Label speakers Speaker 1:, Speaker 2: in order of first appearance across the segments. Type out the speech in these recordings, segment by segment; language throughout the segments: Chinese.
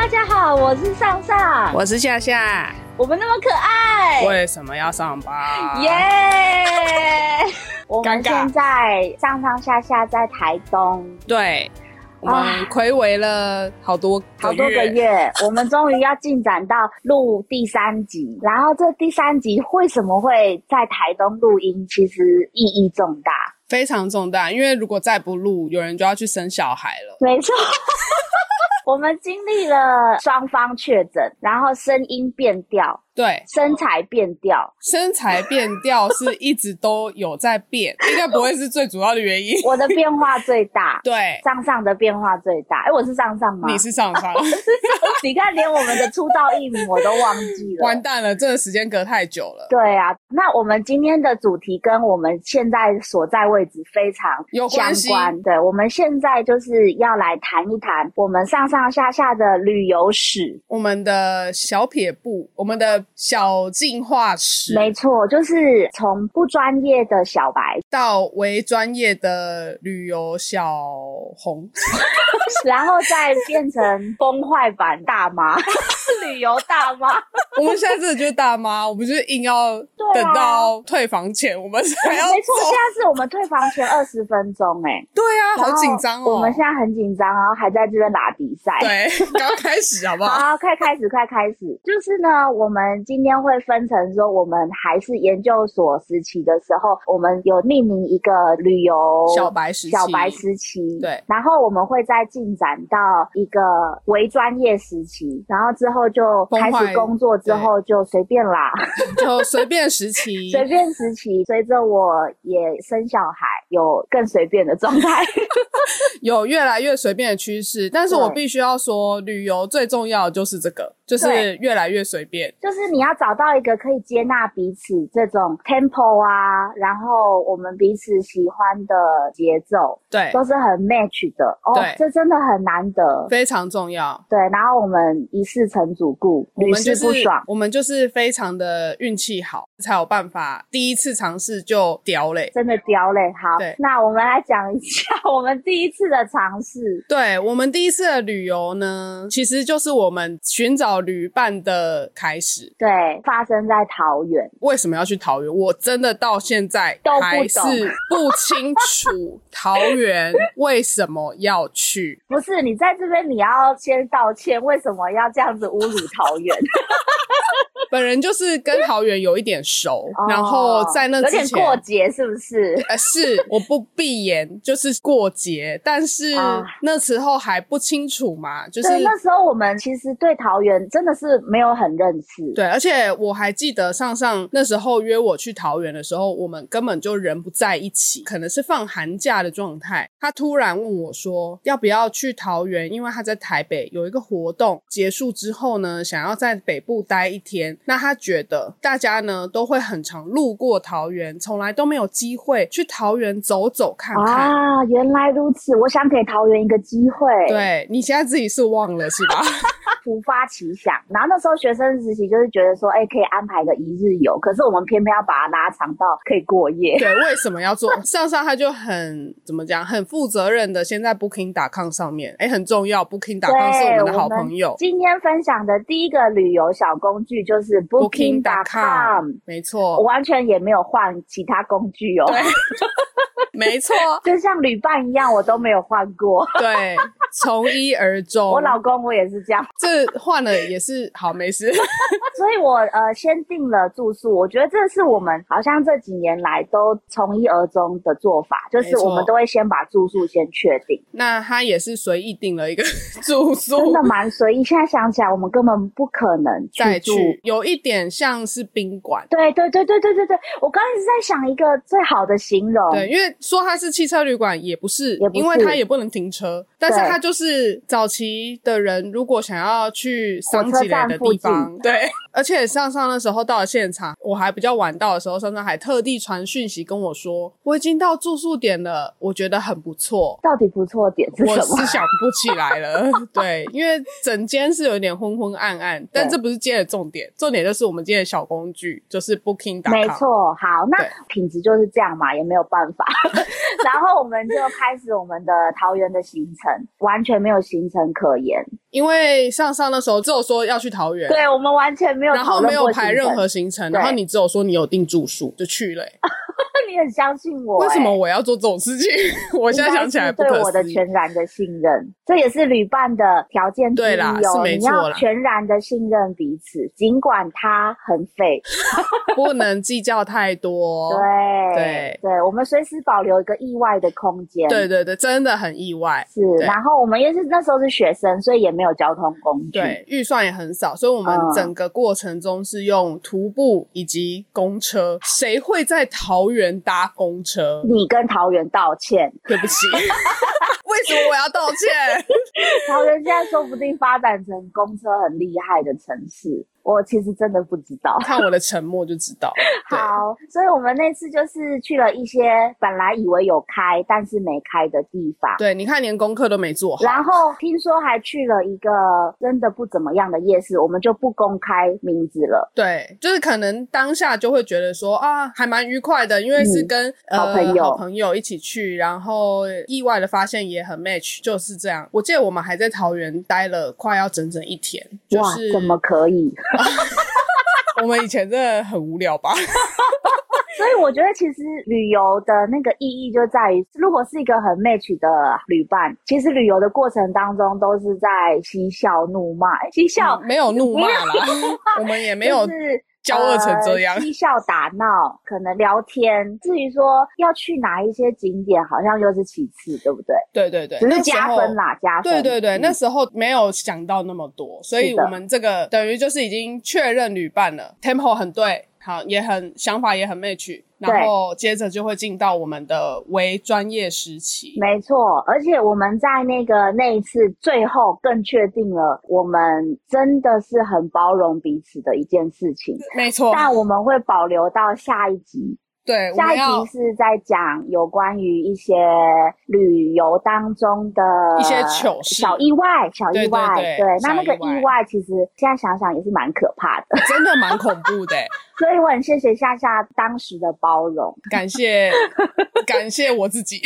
Speaker 1: 大家好，我是上上，
Speaker 2: 我是夏夏。
Speaker 1: 我们那么可爱，
Speaker 2: 为什么要上班？
Speaker 1: 耶！我们
Speaker 2: 尴尬
Speaker 1: 现在上上下下在台东，
Speaker 2: 对，我
Speaker 1: 啊
Speaker 2: 们暌违了好多
Speaker 1: 好多个月，我们终于要进展到录第三集。然后这第三集为什么会在台东录音，其实意义重大。
Speaker 2: 非常重大。因为如果再不录，有人就要去生小孩了。
Speaker 1: 没错。 我们经历了双方确诊，然后声音变调，
Speaker 2: 对，
Speaker 1: 身材变调。
Speaker 2: 身材变调是一直都有在 变，应该不会是最主要的原因。，
Speaker 1: 我的变化最大
Speaker 2: 对，
Speaker 1: 上上的变化最大。哎，我是上上吗？
Speaker 2: 你是上方，
Speaker 1: 你看，连我们的出道艺名我都忘记了。
Speaker 2: 完蛋了，这个时间隔太久了，
Speaker 1: 对啊，那我们今天的主题跟我们现在所在位置非常
Speaker 2: 有
Speaker 1: 相
Speaker 2: 关系。
Speaker 1: 关。对，我们现在就是要来谈一谈我们上上下下的旅游史。
Speaker 2: 我们的小撇步，我们的小进化史，
Speaker 1: 没错，就是从不专业的小白，
Speaker 2: 到为专业的旅游小红，
Speaker 1: 然后再变成崩坏版大 妈、旅游大妈。
Speaker 2: 我们现在真的就是大妈，我们就是硬要
Speaker 1: 对啊
Speaker 2: 等到退房前，我们才要
Speaker 1: 没错，
Speaker 2: 走
Speaker 1: 现。在是我们退房前二十分钟、哎，
Speaker 2: 对啊， 好紧张
Speaker 1: 然后
Speaker 2: 哦
Speaker 1: 我。们现在很紧张，然后还在这边打比赛。
Speaker 2: 对， 刚开始好不好？
Speaker 1: 好，快开始，快开始。 就是呢，我们今天会分成说，我们还是研究所时期的时候，我们有命名一个旅游
Speaker 2: 小白时期，
Speaker 1: 小白时期，
Speaker 2: 对
Speaker 1: 然后我们会再进展到一个为专业时期，然后之后就开
Speaker 2: 崩
Speaker 1: 始
Speaker 2: 坏
Speaker 1: 工作之后就随便啦，
Speaker 2: 就随便时期。
Speaker 1: 随便时期。随着我也生小孩，有更随便的状态。
Speaker 2: 有越来越随便的趋势，但是我
Speaker 1: 对
Speaker 2: 必须要说，旅游最重要的就是这个，就是
Speaker 1: 对
Speaker 2: 越来越随便。
Speaker 1: 就是你要找到一个可以接纳彼此这种 tempo 啊，然后我们彼此喜欢的节奏
Speaker 2: 对，
Speaker 1: 都是很 match 的哦
Speaker 2: 对，
Speaker 1: 这真的很难得。
Speaker 2: 非常重要。
Speaker 1: 对，然后我们一世成主顾，
Speaker 2: 我
Speaker 1: 屡
Speaker 2: 们
Speaker 1: 试
Speaker 2: 就是
Speaker 1: 不爽。
Speaker 2: 我们就是非常的运气好，才有办法第一次尝试就屌嘞。
Speaker 1: 真的刁嘞，好
Speaker 2: 对，
Speaker 1: 那我们来讲一下 我们第一次的尝试。
Speaker 2: 对我们第一次的旅游呢，其实就是我们寻找旅伴的开始。
Speaker 1: 对，发生在桃园，
Speaker 2: 为什么要去桃园？我真的到现在
Speaker 1: 都不懂
Speaker 2: 还是不清楚桃园为什么要去。
Speaker 1: 不是你在这边，你要先道歉，为什么要这样子侮辱桃园？
Speaker 2: 本人就是跟桃园有一点熟，
Speaker 1: 哦
Speaker 2: 然后在那
Speaker 1: 有
Speaker 2: 之
Speaker 1: 点
Speaker 2: 前
Speaker 1: 过节，是不是？
Speaker 2: 呃，是我不闭眼，就是过节，但是
Speaker 1: 啊
Speaker 2: 那时候还不清楚嘛，就是
Speaker 1: 对，那时候我们其实对桃园真的是没有很认识。
Speaker 2: 对，而且我还记得上上那时候约我去桃园的时候，我们根本就人不在一起，可能是放寒假的状态。他突然问我说要不要去桃园，因为他在台北有一个活动，结束之后呢，想要在北部待一天。那他觉得大家呢都会很常路过桃园，从来都没有机会去桃园走走看看。
Speaker 1: 啊，原来如此！我想给桃园一个机会，，
Speaker 2: 对你现在自己是忘了是吧？
Speaker 1: 突发奇想。然后那时候学生时期就是觉得说，哎，可以安排个一日游，可是我们偏偏要把它拉长到可以过夜。
Speaker 2: 对，为什么要做？ 上上他就很怎么讲，很负责任的，先在 Booking.com 上面，哎，很重要，Booking.com 是我们的好朋友
Speaker 1: 今天分享的第一个旅游小工具就是 Booking.com，
Speaker 2: 没
Speaker 1: 我
Speaker 2: 错，
Speaker 1: 完全也没有换其他工具哦，
Speaker 2: 对 没错，
Speaker 1: 就像旅伴一样，我都没有换
Speaker 2: 哦
Speaker 1: 过。
Speaker 2: 对，从一而终。
Speaker 1: 我老公我也是这样，
Speaker 2: 这换了也是好，没事，
Speaker 1: 所以我呃先定了住宿，我觉得这是我们好像这几年来都从一而终的做法，就是我
Speaker 2: 没
Speaker 1: 们
Speaker 2: 错
Speaker 1: 都会先把住宿先确定，
Speaker 2: 那他也是随意订了一个 住
Speaker 1: 真
Speaker 2: 宿
Speaker 1: 的蛮随意。现在想起来，我们根本不可能
Speaker 2: 再
Speaker 1: 去住。
Speaker 2: 去，有一点像是宾馆。
Speaker 1: 对对对对对对对，我刚一直在想一个最好的形容，
Speaker 2: 对，因为说它是汽车旅馆也不是，
Speaker 1: 哦也不是
Speaker 2: 因为它也不能停车。但是
Speaker 1: 对
Speaker 2: 它就是早期的人如果想要去桑吉雷的
Speaker 1: 火
Speaker 2: 地
Speaker 1: 车站附
Speaker 2: 方， 对。而且上上那时候到了现场，我还比较晚到的时候，上上还特地传讯息跟我说，我已经到住宿点了，我觉得很不错。
Speaker 1: 到底不错点是
Speaker 2: 我
Speaker 1: 什么？
Speaker 2: 是想不起来了， 对，因为整间是有点昏昏暗暗，但
Speaker 1: 对
Speaker 2: 这不是今天的重点，重点就是我们今天的小工具就是 Booking.com，
Speaker 1: 没错，好，那
Speaker 2: 对
Speaker 1: 品质就是 这样嘛，也没有办法。然后我们就开始我们的桃园的行程，完全没有行程可言。
Speaker 2: 因为上上那时候只有说要去桃园，
Speaker 1: 对我们完全没有
Speaker 2: 然
Speaker 1: 讨
Speaker 2: 后
Speaker 1: 论
Speaker 2: 没有
Speaker 1: 过
Speaker 2: 排
Speaker 1: 行
Speaker 2: 任
Speaker 1: 程
Speaker 2: 何行程，
Speaker 1: 对
Speaker 2: 然后你只有说你有订住宿就去了欸、
Speaker 1: 你很相信我、
Speaker 2: 为什么
Speaker 1: 欸？
Speaker 2: 我要做这种事情？ 我现在想起来
Speaker 1: 应
Speaker 2: 不
Speaker 1: 该是对
Speaker 2: 可
Speaker 1: 我的
Speaker 2: 思议。
Speaker 1: 全然的信任，这也是旅伴的条件之一
Speaker 2: 对啦是
Speaker 1: 哦。
Speaker 2: 没
Speaker 1: 你
Speaker 2: 错
Speaker 1: 要
Speaker 2: 啦
Speaker 1: 全然的信任彼此，尽管他很废，
Speaker 2: 不能计较太多。哦对
Speaker 1: 对我们随时保留一个意外的空间。
Speaker 2: 对对对，真的很意外。
Speaker 1: 是，
Speaker 2: 对
Speaker 1: 然后我们也是那时候是学生，所以也没有交通工具。
Speaker 2: 对，预算也很少，所以我们
Speaker 1: 嗯
Speaker 2: 整个过程中是用徒步以及公车。谁会在桃园搭公车？
Speaker 1: 你跟桃园道歉，
Speaker 2: 对不起， 为什么我要道歉？
Speaker 1: 桃园现在说不定发展成公车很厉害的城市，我其实真的不知道。
Speaker 2: 看我的沉默就知道。对，
Speaker 1: 好，所以我们那次就是去了一些本来以为有开但是没开的地方，
Speaker 2: 对，你看连功课都没做好。
Speaker 1: 然后听说还去了一个真的不怎么样的夜市，我们就不公开名字了。
Speaker 2: 对，就是可能当下就会觉得说啊，还蛮愉快的，因为是
Speaker 1: 嗯
Speaker 2: 跟、呃
Speaker 1: 好朋友
Speaker 2: 好朋友一起去，然后意外的发现也很 match，就是这样。我记得我们还在桃园待了快要整整一天，就
Speaker 1: 哇
Speaker 2: 是，
Speaker 1: 怎么可 以？
Speaker 2: 我们以前真的很无聊吧？
Speaker 1: 所以我觉得，其实旅游的那个意义就在于，如果是一个很 match 的旅伴，其实旅游的过程当中都是在嬉笑怒骂，欸嬉 笑、
Speaker 2: 没有怒骂 啦，我们嗯也没有
Speaker 1: 就是
Speaker 2: 骄傲成这样
Speaker 1: 呃嬉笑打闹，可能聊天。至于说要去哪一些景点，好像又是其次，对不对？
Speaker 2: 对对对，
Speaker 1: 只是
Speaker 2: 那时
Speaker 1: 加
Speaker 2: 候
Speaker 1: 分啦，加分。
Speaker 2: 对对对，
Speaker 1: 嗯
Speaker 2: 那时候没有想到那么多，所以
Speaker 1: 是的
Speaker 2: 我们这个等于就是已经确认旅伴了，tempo 很对，好，也很想法也很 match，然后接着就会进到我们的为专业时期。
Speaker 1: 没错，而且我们在那个那一次最后更确定了，我们真的是很包容彼此的一件事情。
Speaker 2: 没错，
Speaker 1: 但我们会保留到下一集，
Speaker 2: 对，我
Speaker 1: 下
Speaker 2: 们
Speaker 1: 一
Speaker 2: 要
Speaker 1: 集是在讲有关于一些旅游当中的
Speaker 2: 一些糗事
Speaker 1: 小意外、小
Speaker 2: 对
Speaker 1: 意外。
Speaker 2: 对对
Speaker 1: 那那个
Speaker 2: 小意外
Speaker 1: 意外其实现在想想也是蛮可怕的，
Speaker 2: 真的蛮恐怖的，
Speaker 1: 所以我很谢谢夏夏当时的包 容。
Speaker 2: 感谢感谢我自己。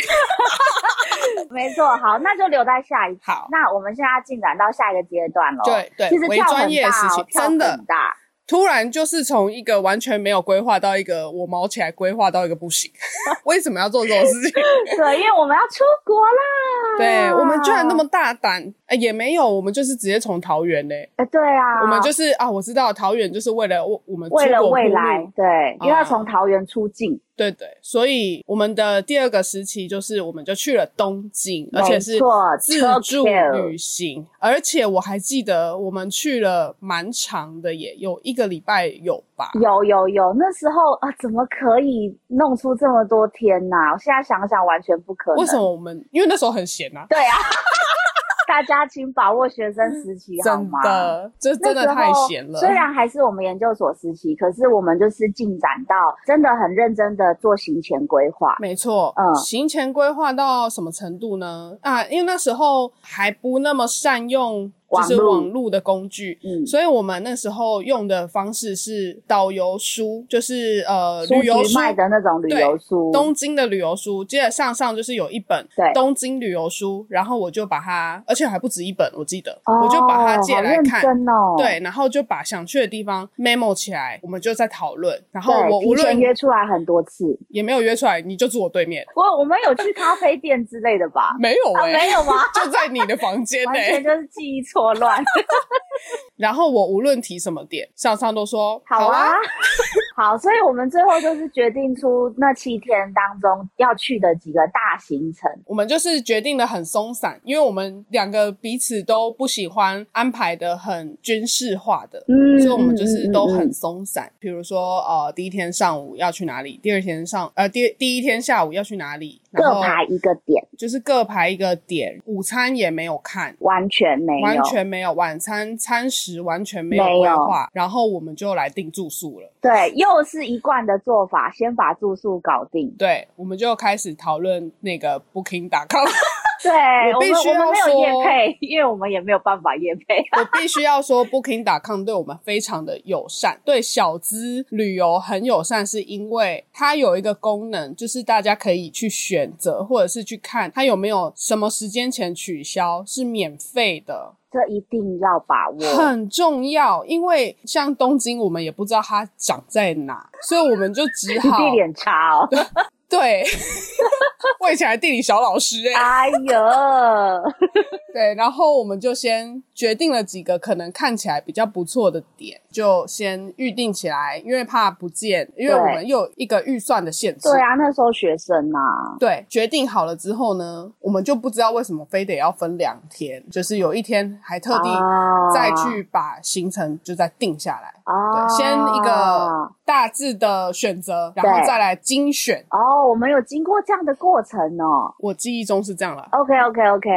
Speaker 1: 没错，好，那就留在下一集。
Speaker 2: 好，
Speaker 1: 那我们现在要进展到下一个阶段喽。
Speaker 2: 对对
Speaker 1: 哦其实
Speaker 2: 为
Speaker 1: 跳
Speaker 2: 专
Speaker 1: 很
Speaker 2: 业
Speaker 1: 大
Speaker 2: 事情
Speaker 1: 哦，跳
Speaker 2: 真的
Speaker 1: 很大。
Speaker 2: 突然就是从一个完全没有规划到一个我毛起来规划到一个不行， 为什么要做这种事情？
Speaker 1: 对，因为我们要出国啦。
Speaker 2: 对我们居然
Speaker 1: 啊
Speaker 2: 那么大胆，哎，也没有，我们就是直接从桃园嘞、
Speaker 1: 呃，对啊，
Speaker 2: 我们就是啊，我知道桃园就是为了我我们出
Speaker 1: 为了
Speaker 2: 国
Speaker 1: 未
Speaker 2: 铺路
Speaker 1: 来，，对，因为
Speaker 2: 啊
Speaker 1: 要从桃园出境，
Speaker 2: 对对，所以我们的第二个时期就是我们就去了东京，而
Speaker 1: 没
Speaker 2: 且是
Speaker 1: 错
Speaker 2: 自助旅行，而且我还记得我们去了蛮长的耶，有一个礼拜有吧。
Speaker 1: 有有有，那时候啊，怎么可以弄出这么多天呐、我现在想想，完全不可能。
Speaker 2: 为什么我们因为那时候很闲啊，
Speaker 1: 对啊，大家请把握学生时期好
Speaker 2: 嗯真
Speaker 1: 吗？
Speaker 2: 的，这
Speaker 1: 那
Speaker 2: 真
Speaker 1: 时
Speaker 2: 的
Speaker 1: 候
Speaker 2: 太闲了。
Speaker 1: 虽然还是我们研究所时期，可是我们就是进展到真的很认真的做行前规划。
Speaker 2: 没错，
Speaker 1: 嗯
Speaker 2: 行前规划到什么程度呢？啊，因为那时候还不那么善用就是
Speaker 1: 网络
Speaker 2: 网络的工具。
Speaker 1: 嗯，
Speaker 2: 所以我们那时候用的方式是导游书，就是呃
Speaker 1: 书
Speaker 2: 旅游
Speaker 1: 局
Speaker 2: 书，
Speaker 1: 卖的那种旅游书，哦
Speaker 2: 东京的旅游书。接着上上就是有一本
Speaker 1: 对
Speaker 2: 东京旅游书，然后我就把它，而且还不止一本，我记得，
Speaker 1: 哦
Speaker 2: 我就把它借
Speaker 1: 好
Speaker 2: 来
Speaker 1: 认
Speaker 2: 看。
Speaker 1: 真哦，
Speaker 2: 对，然后就把想去的地方 memo 起来，我们就在讨论。然后
Speaker 1: 对
Speaker 2: 我无
Speaker 1: 提前
Speaker 2: 论
Speaker 1: 约出来很多次，
Speaker 2: 也没有约出来，你就住我对面，？
Speaker 1: 我我们有去咖啡店之类的吧
Speaker 2: 没有
Speaker 1: 啊，
Speaker 2: 哎、
Speaker 1: 没有吗？
Speaker 2: 就在你的房 间
Speaker 1: 完
Speaker 2: 内、
Speaker 1: 全就是记忆错乱。
Speaker 2: 然后我无论提什么点，上上都说
Speaker 1: 好
Speaker 2: 啊
Speaker 1: 啊， 好，所以我们最后就是决定出那七天当中要去的几个大行程。
Speaker 2: 我们就是决定的很松散，因为我们两个彼此都不喜欢安排的很军事化的。
Speaker 1: 嗯
Speaker 2: 所以我们就是都很
Speaker 1: 嗯
Speaker 2: 松散，比如说呃，第一天上午要去哪里，第二天上呃第第一天下午要去哪里，
Speaker 1: 嗯嗯
Speaker 2: 然后
Speaker 1: 各排一个点，
Speaker 2: 就是各排一个点，午餐也没有看，
Speaker 1: 完全没有，
Speaker 2: 完全没有，晚餐餐食完全没有
Speaker 1: 没有
Speaker 2: 规划，然后我们就来订住宿了。
Speaker 1: 对，又是一贯的做法，先把住宿搞定。
Speaker 2: 对，我们就开始讨论那个 Booking.com，
Speaker 1: 对，
Speaker 2: 我必须
Speaker 1: 我们
Speaker 2: 要
Speaker 1: 没有
Speaker 2: 说
Speaker 1: 业配，因为我们也没有办法业配。
Speaker 2: 我必须要说，Booking.com 对我们非常的友善，对小资旅游很友善，是因为它有一个功能，就是大家可以去选择，或者是去看它有没有什么时间前取消，是免费的，
Speaker 1: 这一定要把握。
Speaker 2: 很重要。因为像东京，我们也不知道它长在哪，所以我们就只
Speaker 1: 你
Speaker 2: 好
Speaker 1: 地点差哦，
Speaker 2: 对。 我以前还地理小老师哎、
Speaker 1: 哎 呦，
Speaker 2: 对，然后我们就先决定了几个可能看起来比较不错的点，就先预定起来，因为怕不见，因为
Speaker 1: 对
Speaker 2: 我们又有一个预算的限制。
Speaker 1: 对啊，那时候学生啊呐、
Speaker 2: 对，决定好了之后呢，我们就不知道为什么非得要分两天，就是有一天还特地
Speaker 1: 啊，
Speaker 2: 再去把行程就再定下来。
Speaker 1: 啊，
Speaker 2: 对，先一个大致的选择，然后
Speaker 1: 对
Speaker 2: 再来精选。
Speaker 1: 哦，我们有经过这样的过程哦。
Speaker 2: 我记忆中是这样啦。。
Speaker 1: OK OK OK，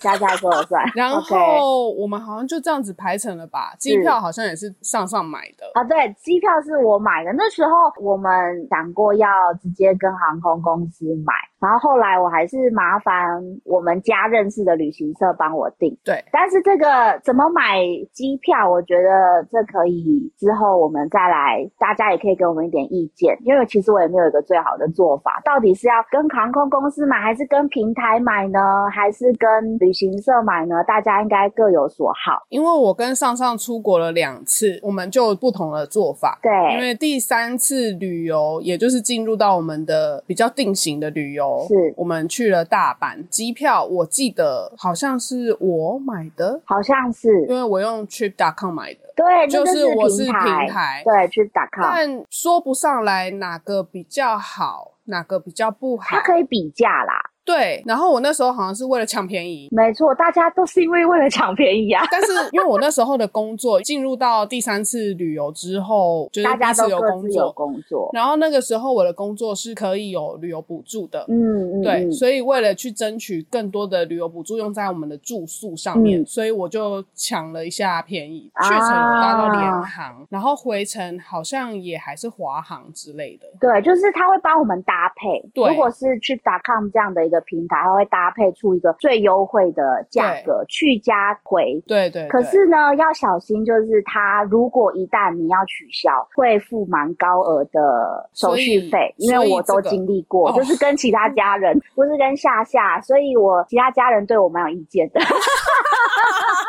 Speaker 1: 下次还给我算
Speaker 2: 然
Speaker 1: 哦 OK 嗯
Speaker 2: 后我们好像就这样子排成了吧，机
Speaker 1: 是
Speaker 2: 票好像也是上上买的。
Speaker 1: 啊，对，机票是我买的。那时候我们想过要直接跟航空公司买，然后后来我还是麻烦我们家认识的旅行社帮我订。
Speaker 2: 对，
Speaker 1: 但是这个怎么买机票，我觉得这可以之后我们再来，大家也可以给我们一点意见，因为其实我也没有一个最好的做法，到底是要跟航空公司买，还是跟平台买呢，还是跟旅行社买呢？大家应该各有所好。
Speaker 2: 因为我跟上上出国了两次，我们就有不同的做法。因
Speaker 1: 对，
Speaker 2: 为第三次旅游，也就是进入到我们的比较定型的旅游，
Speaker 1: 是
Speaker 2: 我们去了大阪，机票我记得好像是我买的，
Speaker 1: 好像是
Speaker 2: 因为我用 Trip.com 买的，
Speaker 1: 对，哎那
Speaker 2: 就
Speaker 1: 就是
Speaker 2: 我是平
Speaker 1: 台，
Speaker 2: 台，
Speaker 1: 对，去打 com，
Speaker 2: 但说不上来哪个比较好，哪个比较不好
Speaker 1: 它，可以比价啦，
Speaker 2: 对。然后我那时候好像是为了抢便宜，
Speaker 1: 没错，大家都是因为为了抢便宜啊，
Speaker 2: 但是因为我那时候的工作进入到第三次旅游之后，就是
Speaker 1: 大家
Speaker 2: 第
Speaker 1: 都
Speaker 2: 次有
Speaker 1: 各
Speaker 2: 工
Speaker 1: 自有
Speaker 2: 作，
Speaker 1: 工作，
Speaker 2: 然后那个时候我的工作是可以有旅游补助的。
Speaker 1: 嗯嗯，
Speaker 2: 对，
Speaker 1: 嗯
Speaker 2: 所以为了去争取更多的旅游补助用在我们的住宿上面，
Speaker 1: 嗯
Speaker 2: 所以我就抢了一下便宜，
Speaker 1: 啊
Speaker 2: 去程我搭到联航，然后回程好像也还是华航之类的。
Speaker 1: 对，就是他会帮我们搭配。
Speaker 2: 对
Speaker 1: 如果是去 .com 这样的一个平台，他会搭配出一个最优惠的价格，去加回。
Speaker 2: 对对对，
Speaker 1: 可是呢，要小心，就是他如果一旦你要取消，会付蛮高额的手续费，
Speaker 2: 所以
Speaker 1: 因为我都
Speaker 2: 所以这个
Speaker 1: 经历过，
Speaker 2: 哦
Speaker 1: 就是跟其他家人，不是跟夏夏，所以我其他家人对我蛮有意见的。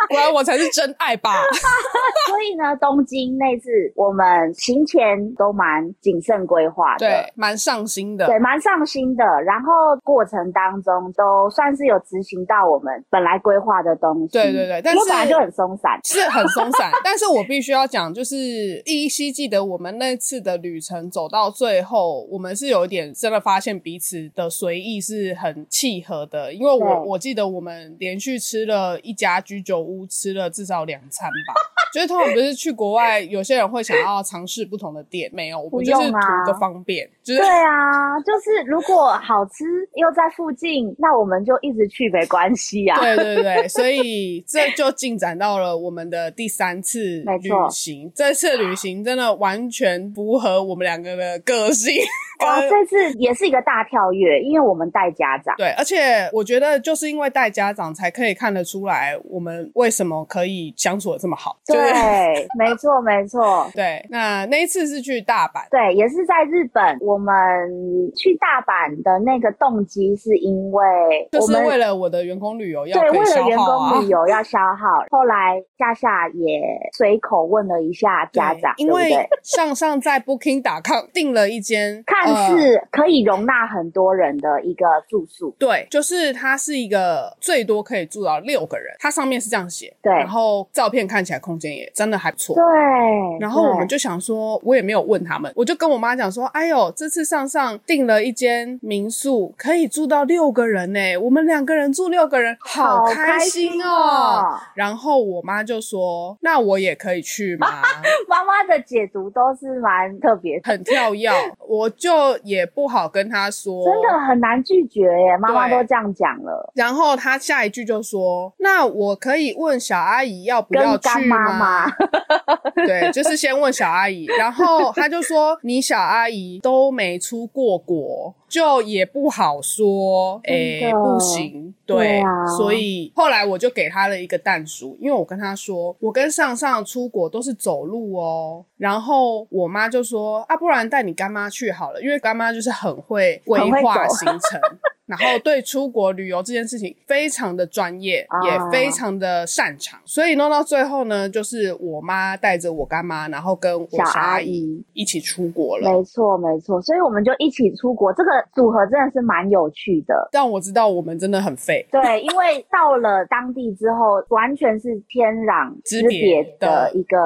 Speaker 2: 果然我才是真爱吧？
Speaker 1: 所以呢，东京那次我们行前都蛮谨慎规划的，
Speaker 2: 对，蛮上心的。
Speaker 1: 对，蛮上心的。然后过程当中都算是有执行到我们本来规划的东西。
Speaker 2: 对对对但
Speaker 1: 我本来
Speaker 2: 是
Speaker 1: 就很松散。
Speaker 2: 是很松散，但是我必须要讲，就是依稀记得我们那次的旅程走到最后，我们是有一点真的发现彼此的随意是很契合的，因为我
Speaker 1: 对
Speaker 2: 我记得我们连续吃了一家居酒屋，吃了至少两餐吧。就是通常不是去国外，有些人会想要尝试不同的店，没有，我们
Speaker 1: 不
Speaker 2: 就是
Speaker 1: 用
Speaker 2: 图
Speaker 1: 啊
Speaker 2: 个方便，就是
Speaker 1: 对啊，就是如果好吃又在附近，那我们就一直去没关系呀、啊。
Speaker 2: 对对对，所以这就进展到了我们的第三次
Speaker 1: 没
Speaker 2: 旅
Speaker 1: 错
Speaker 2: 行。这次旅行真的完全符合我们两个的个性。
Speaker 1: 哇，
Speaker 2: 跟
Speaker 1: 这次也是一个大跳跃，因为我们带家长。
Speaker 2: 对，而且我觉得就是因为带家长才可以看得出来，我们为什么可以相处的这么好。就是
Speaker 1: 对，没错，没错。
Speaker 2: 对，那那一次是去大阪，
Speaker 1: 对，也是在日本。我们去大阪的那个动机是因为
Speaker 2: 就
Speaker 1: 我
Speaker 2: 是
Speaker 1: 们
Speaker 2: 为了我的员工旅游要
Speaker 1: 对，
Speaker 2: 可
Speaker 1: 为
Speaker 2: 以
Speaker 1: 了
Speaker 2: 消
Speaker 1: 员
Speaker 2: 耗
Speaker 1: 工
Speaker 2: 啊
Speaker 1: 旅。游要消耗。后来夏夏也随口问了一下家
Speaker 2: 对
Speaker 1: 长，对
Speaker 2: 因
Speaker 1: 不
Speaker 2: 为
Speaker 1: 对？
Speaker 2: 上上在 Booking.com 订了一间
Speaker 1: 看
Speaker 2: 呃
Speaker 1: 似可以容纳很多人的一个住宿，
Speaker 2: 对，就是它是一个最多可以住到六个人，它上面是这样写，
Speaker 1: 对
Speaker 2: 然后照片看起来空间也真的还不错
Speaker 1: 对。。
Speaker 2: 然后我们
Speaker 1: 就
Speaker 2: 就想说，我也没有问他们，我就跟我妈讲说，哎呦，这次上上订了一间民宿，可以住到六个人呢、我们两个人住六个人，好
Speaker 1: 开
Speaker 2: 心
Speaker 1: 心
Speaker 2: 哦。
Speaker 1: 哦！
Speaker 2: 然后我妈就说，那我也可以去吗？
Speaker 1: 妈妈的解读都是蛮特别的。
Speaker 2: 很跳跃，我就也不好跟她说，
Speaker 1: 真的很难拒绝耶，妈妈
Speaker 2: 对
Speaker 1: 都这样讲了。
Speaker 2: 然后他下一句就说：“那我可以问小阿姨要不要
Speaker 1: 跟
Speaker 2: 去
Speaker 1: 干妈
Speaker 2: 吗？”
Speaker 1: 妈
Speaker 2: 对，就是先问小阿姨，然后他就说：“你小阿姨都没出过国，就也不好说，诶、
Speaker 1: 真的
Speaker 2: 不行，对，
Speaker 1: 对啊
Speaker 2: 所以后来我就给他了一个淡书，因为我跟他说，我跟上上出国都是走路哦，然后我妈就说，啊，不然带你干妈去好了，因为干妈就是很会规
Speaker 1: 很会
Speaker 2: 划
Speaker 1: 走
Speaker 2: 行程。 然后对出国旅游这件事情非常的专业，
Speaker 1: 啊
Speaker 2: 也非常的擅长，所以弄到最后呢，就是我妈带着我干妈，然后跟我
Speaker 1: 小
Speaker 2: 小
Speaker 1: 阿
Speaker 2: 阿
Speaker 1: 姨
Speaker 2: 姨一起出国了。
Speaker 1: 没错，没错，所以我们就一起出国，这个组合真的是蛮有趣的。
Speaker 2: 但我知道我们真的很废，
Speaker 1: 对，因为到了当地之后，完全是天壤
Speaker 2: 之
Speaker 1: 之别
Speaker 2: 别
Speaker 1: 的
Speaker 2: 的
Speaker 1: 一个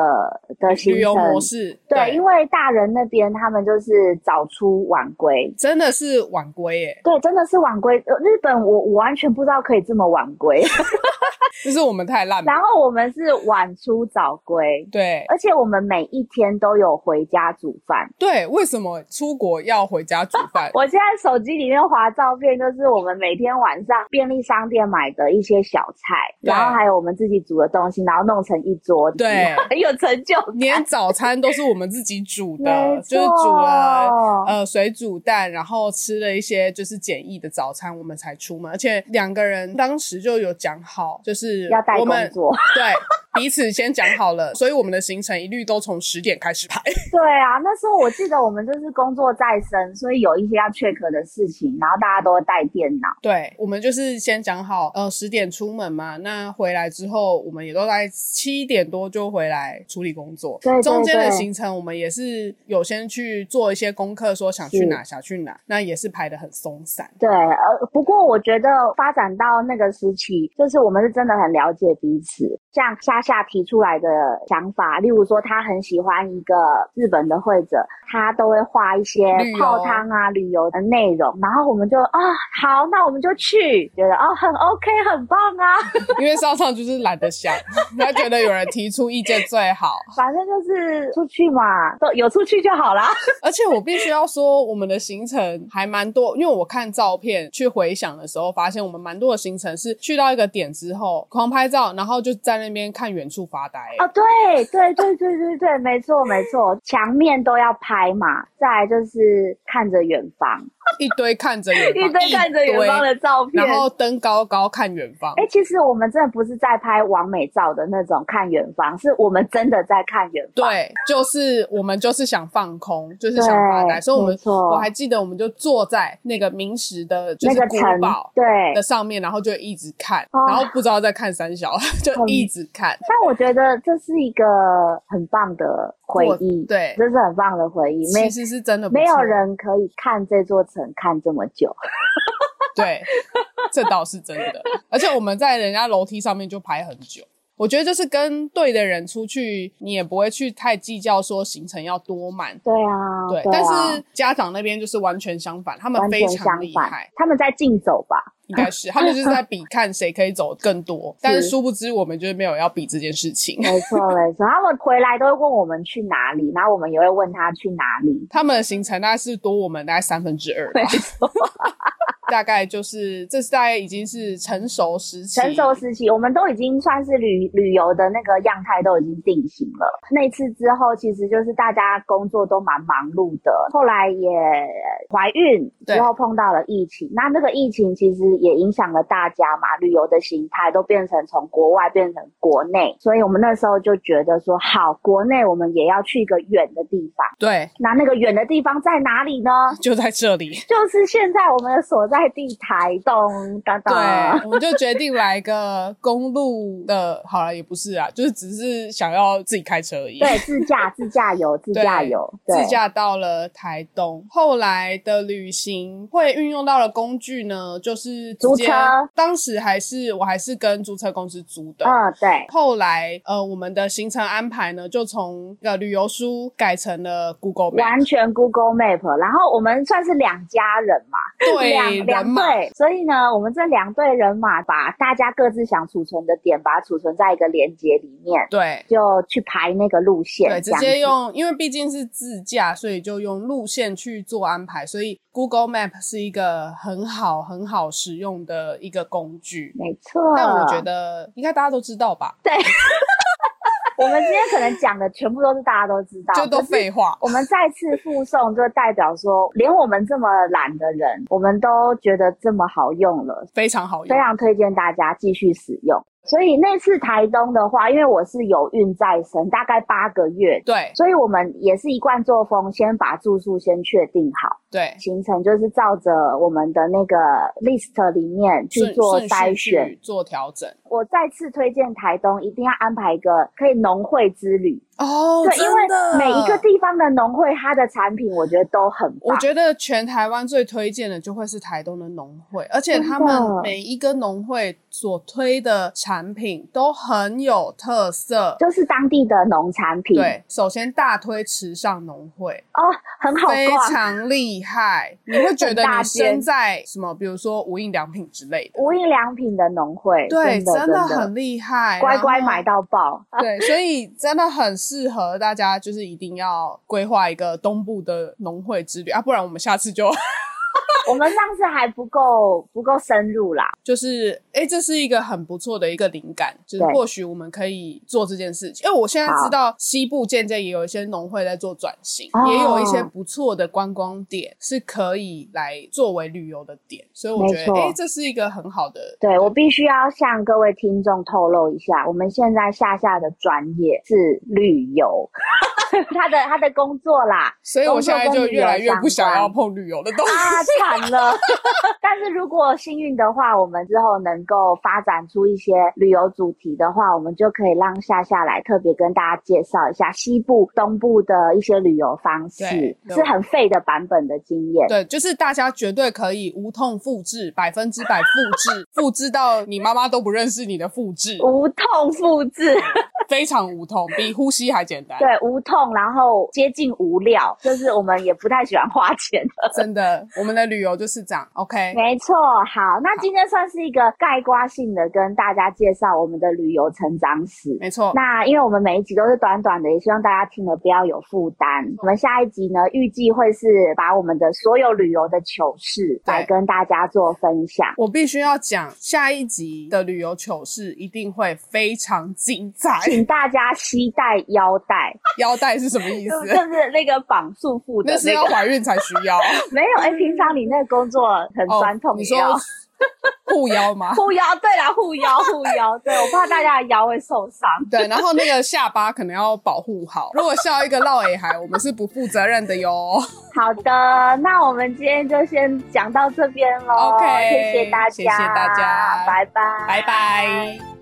Speaker 1: 的行
Speaker 2: 旅游模
Speaker 1: 程。
Speaker 2: 式
Speaker 1: 对，因为大人那边他们就是早出晚归，
Speaker 2: 真的是晚归耶，
Speaker 1: 对，真的是晚归。呃日本我我完全不知道可以这么晚归，
Speaker 2: 就是我们太烂了。
Speaker 1: 然后我们是晚出早归，
Speaker 2: 对
Speaker 1: 而且我们每一天都有回家煮饭。？
Speaker 2: 对，为什么出国要回家煮饭
Speaker 1: 我现在手机里面划照片，就是我们每天晚上便利商店买的一些小菜，
Speaker 2: 对
Speaker 1: 然后还有我们自己煮的东西，然后弄成一桌子，
Speaker 2: 对
Speaker 1: 很有成就
Speaker 2: 连
Speaker 1: 感。
Speaker 2: 早餐都是我们自己煮
Speaker 1: 没
Speaker 2: 的，
Speaker 1: 错
Speaker 2: 就是煮了呃水煮蛋，然后吃了一些就是简易的早餐，我们才出门。而且两个人当时就有讲好，就是
Speaker 1: 要带
Speaker 2: 我
Speaker 1: 工
Speaker 2: 们
Speaker 1: 作，
Speaker 2: 对彼此先讲好了，所以我们的行程一律都从十点开始排。
Speaker 1: 对啊，那时候我记得我们就是工作在身，所以有一些要 check 的事情，然后大家都会带电脑。
Speaker 2: 对，我们就是先讲好，呃，十点出门嘛，那回来之后，我们也都大概七点多就回来处理工作。
Speaker 1: 对对
Speaker 2: 中间的
Speaker 1: 对
Speaker 2: 行程我们也是有先去做一些功课，说想去哪想去哪，那也是排的很松散。
Speaker 1: 对，呃，不过我觉得发展到那个时期，就是我们是真的很了解彼此。像夏夏提出来的想法，例如说他很喜欢一个日本的会者，他都会画一些
Speaker 2: 旅游
Speaker 1: 泡汤啊、旅游的内容，然后我们就啊、好，那我们就去，觉得哦很 OK，很棒啊，
Speaker 2: 因为上上就是懒得想， 他觉得有人提出意见最好。
Speaker 1: 反正就是出去嘛，都有出去就好啦。
Speaker 2: 而且我必须要说，我们的行程还蛮多，因为我看照片去回想的时候，发现我们蛮多的行程是去到一个点之后狂拍照，然后就在那边看远处发呆、
Speaker 1: 哦，对对对对对对，没错没错，墙面都要拍嘛，再来就是看着远方。
Speaker 2: 一堆看着远方，
Speaker 1: 一堆看着远方的照
Speaker 2: 一堆，
Speaker 1: 片。
Speaker 2: 然后登高高看远方。
Speaker 1: 哎、其实我们真的不是在拍完美照的那种看远方，是我们真的在看远方。
Speaker 2: 对，就是我们就是想放空，就是想发呆，
Speaker 1: 对
Speaker 2: 所以我
Speaker 1: 没
Speaker 2: 们
Speaker 1: 错
Speaker 2: 我还记得，我们就坐在那个明石的，就
Speaker 1: 那
Speaker 2: 是
Speaker 1: 个
Speaker 2: 古
Speaker 1: 城
Speaker 2: 堡，
Speaker 1: 对。
Speaker 2: 的上面，然后就一直看，
Speaker 1: 哦
Speaker 2: 然后不知道在看三小， 就
Speaker 1: 很
Speaker 2: 一直看。
Speaker 1: 但我觉得这是一个很棒的回
Speaker 2: 过
Speaker 1: 忆，，
Speaker 2: 对，
Speaker 1: 这是很棒的回忆。没
Speaker 2: 其实是真的不
Speaker 1: 没有
Speaker 2: 错，
Speaker 1: 人可以看这座城看这么 久，
Speaker 2: 对，这倒是真的。而且我们在人家楼梯上面就排很久。我觉得就是跟对的人出去，你也不会去太计较说行程要多满，
Speaker 1: 对啊，
Speaker 2: 对，
Speaker 1: 啊
Speaker 2: 但是家长那边就是完全相反，他们
Speaker 1: 完
Speaker 2: 非
Speaker 1: 全
Speaker 2: 常
Speaker 1: 相
Speaker 2: 厉
Speaker 1: 反
Speaker 2: 害，，
Speaker 1: 他们在竞走 吧？
Speaker 2: 应该是他们就是在比看谁可以走更 多，但是殊不知我们就是没有要比这件事情。
Speaker 1: 没错没错，他们回来都会问我们去哪里，然后我们也会问他去哪里。
Speaker 2: 他们的行程大概是多我们大概三分之二吧， 大概就是这是大概已经是成熟时期，
Speaker 1: 成熟时期，我们都已经算是旅旅游的那个样态都已经定型了。那次之后，其实就是大家工作都蛮忙碌的，后来也怀孕
Speaker 2: 对
Speaker 1: 之后碰到了疫情，那那个疫情其实也影响了大家嘛，旅游的形态都变成从国外变成国内，所以我们那时候就觉得说，好，国内我们也要去一个远的地方。
Speaker 2: 对，
Speaker 1: 那那个远的地方在哪里呢？
Speaker 2: 就在这里。
Speaker 1: 就是现在我们的所在地台东，当
Speaker 2: 对
Speaker 1: 当。，
Speaker 2: 我们就决定来个公路的，好了，也不是啊，就是只是想要自己开车而已。
Speaker 1: 对，自驾自驾游，自驾游，对
Speaker 2: 自驾到了台东，后来的旅行会运用到的工具呢，就是直
Speaker 1: 租
Speaker 2: 接
Speaker 1: 车
Speaker 2: 当时还是我还是跟租车公司租的。
Speaker 1: 嗯，对，
Speaker 2: 后来，呃，我们的行程安排呢，就从呃旅游书改成了 Google Map，
Speaker 1: 完全 Google Map。然后我们算是两家人嘛，
Speaker 2: 对
Speaker 1: 两
Speaker 2: 人
Speaker 1: 两
Speaker 2: 嘛，
Speaker 1: 队，所以呢，我们这两队人马把大家各自想储存的点，把它储存在一个连接里面，
Speaker 2: 对
Speaker 1: 就去排那个路线，
Speaker 2: 对，直
Speaker 1: 这
Speaker 2: 接
Speaker 1: 样子。
Speaker 2: 用，因为毕竟是自驾，所以就用路线去做安排，所以 Google Map 是一个很好很好使用的一个工具。
Speaker 1: 没错，
Speaker 2: 但我觉得应该大家都知道吧？
Speaker 1: 对。我们今天可能讲的全部都是大家都知道，
Speaker 2: 就都
Speaker 1: 啊可是
Speaker 2: 废话。
Speaker 1: 我们再次附送，就代表说，连我们这么懒的人，我们都觉得这么好用了，
Speaker 2: 非常好
Speaker 1: 非
Speaker 2: 用，
Speaker 1: 常推荐大家继续使用。所以那次台东的话，因为我是有孕在身，大概八个月，
Speaker 2: 对
Speaker 1: 所以我们也是一贯作风，先把住宿先确定好，
Speaker 2: 对，
Speaker 1: 行程就是照着我们的那个 list 里面去
Speaker 2: 顺
Speaker 1: 做
Speaker 2: 顺
Speaker 1: 筛
Speaker 2: 序
Speaker 1: 选。
Speaker 2: 去做调整。
Speaker 1: 我再次推荐台东，一定要安排一个可以农会之旅。
Speaker 2: 哦，
Speaker 1: 对，因为
Speaker 2: 真的
Speaker 1: 每一个地方的农会，它的产品我觉得都很
Speaker 2: 我
Speaker 1: 棒。
Speaker 2: 觉得全台湾最推荐的就会是台东的农会，而且他
Speaker 1: 真的
Speaker 2: 们每一个农会所推的产品都很有特色。
Speaker 1: 就是当地的农产品，
Speaker 2: 对，首先大推池上农会，
Speaker 1: 哦，很好
Speaker 2: 非
Speaker 1: 逛。
Speaker 2: 常厉害，你会觉得
Speaker 1: 很大
Speaker 2: 你
Speaker 1: 间
Speaker 2: 身在什么，比如说无印良品之类的，
Speaker 1: 无印良品的农会，
Speaker 2: 对，
Speaker 1: 真的
Speaker 2: 真的
Speaker 1: 真
Speaker 2: 很厉害，
Speaker 1: 乖乖
Speaker 2: 然后
Speaker 1: 买到爆。
Speaker 2: 对，所以真的很适合大家，就是一定要规划一个东部的农会之旅啊，不然我们下次就
Speaker 1: 我们上次还不够不够深入啦，
Speaker 2: 就是，哎，这是一个很不错的一个灵感，就是
Speaker 1: 对
Speaker 2: 或许我们可以做这件事情。因为我现在
Speaker 1: 好
Speaker 2: 知道西部渐渐也有一些农会在做转型，
Speaker 1: 哦
Speaker 2: 也有一些不错的观光点是可以来作为旅游的点，所以我觉
Speaker 1: 没
Speaker 2: 得，
Speaker 1: 错
Speaker 2: 哎，这是一个很好的。
Speaker 1: 对我必须要向各位听众透露一下，我们现在下下的专业是旅游， 他的他的工作啦，
Speaker 2: 所以我现在就越来越不想要碰旅游的东西。
Speaker 1: 啊， 惨了！但是如果幸运的话，我们之后能够发展出一些旅游主题的话，我们就可以让夏夏来特别跟大家介绍一下西部、东部的一些旅游方式
Speaker 2: 对，
Speaker 1: 是很废的版本的经验。
Speaker 2: 对，就是大家绝对可以无痛复制，百分之百复制，复制到你妈妈都不认识你的复制，
Speaker 1: 无痛复制，
Speaker 2: 非常无痛，比呼吸还简单。
Speaker 1: 对，无痛，然后接近无料，就是我们也不太喜欢花 钱。
Speaker 2: 真的，我们的旅游就是这样。OK，
Speaker 1: 没错，好，那今天算是一个概括性的跟大家介绍我们的旅游成长史。
Speaker 2: 没错，
Speaker 1: 那因为我们每一集都是短短的，也希望大家听了不要有负担。我们下一集呢，预计会是把我们的所有旅游的糗事
Speaker 2: 对
Speaker 1: 来跟大家做分享。
Speaker 2: 我必须要讲下一集的旅游糗事一定会非常精彩。
Speaker 1: 请大家系带腰 带，
Speaker 2: 腰带是什么意
Speaker 1: 就
Speaker 2: 思
Speaker 1: 就？是那个绑束缚的
Speaker 2: 那是
Speaker 1: 那
Speaker 2: 要
Speaker 1: 个。
Speaker 2: 怀孕才需要
Speaker 1: 没有，哎、平常你那个工作很酸痛，
Speaker 2: 哦。你
Speaker 1: 也要
Speaker 2: 说护腰吗？
Speaker 1: 护腰，对啦，护腰，护 腰，对我怕大家的腰会受伤。
Speaker 2: 对，然后那个下巴可能要保护好。如果笑一个落尾孩，我们是不负责任的哟。
Speaker 1: 好的，那我们今天就先讲到这边喽。
Speaker 2: OK，
Speaker 1: 谢谢大家，
Speaker 2: 谢谢大家
Speaker 1: 拜拜，
Speaker 2: 拜拜。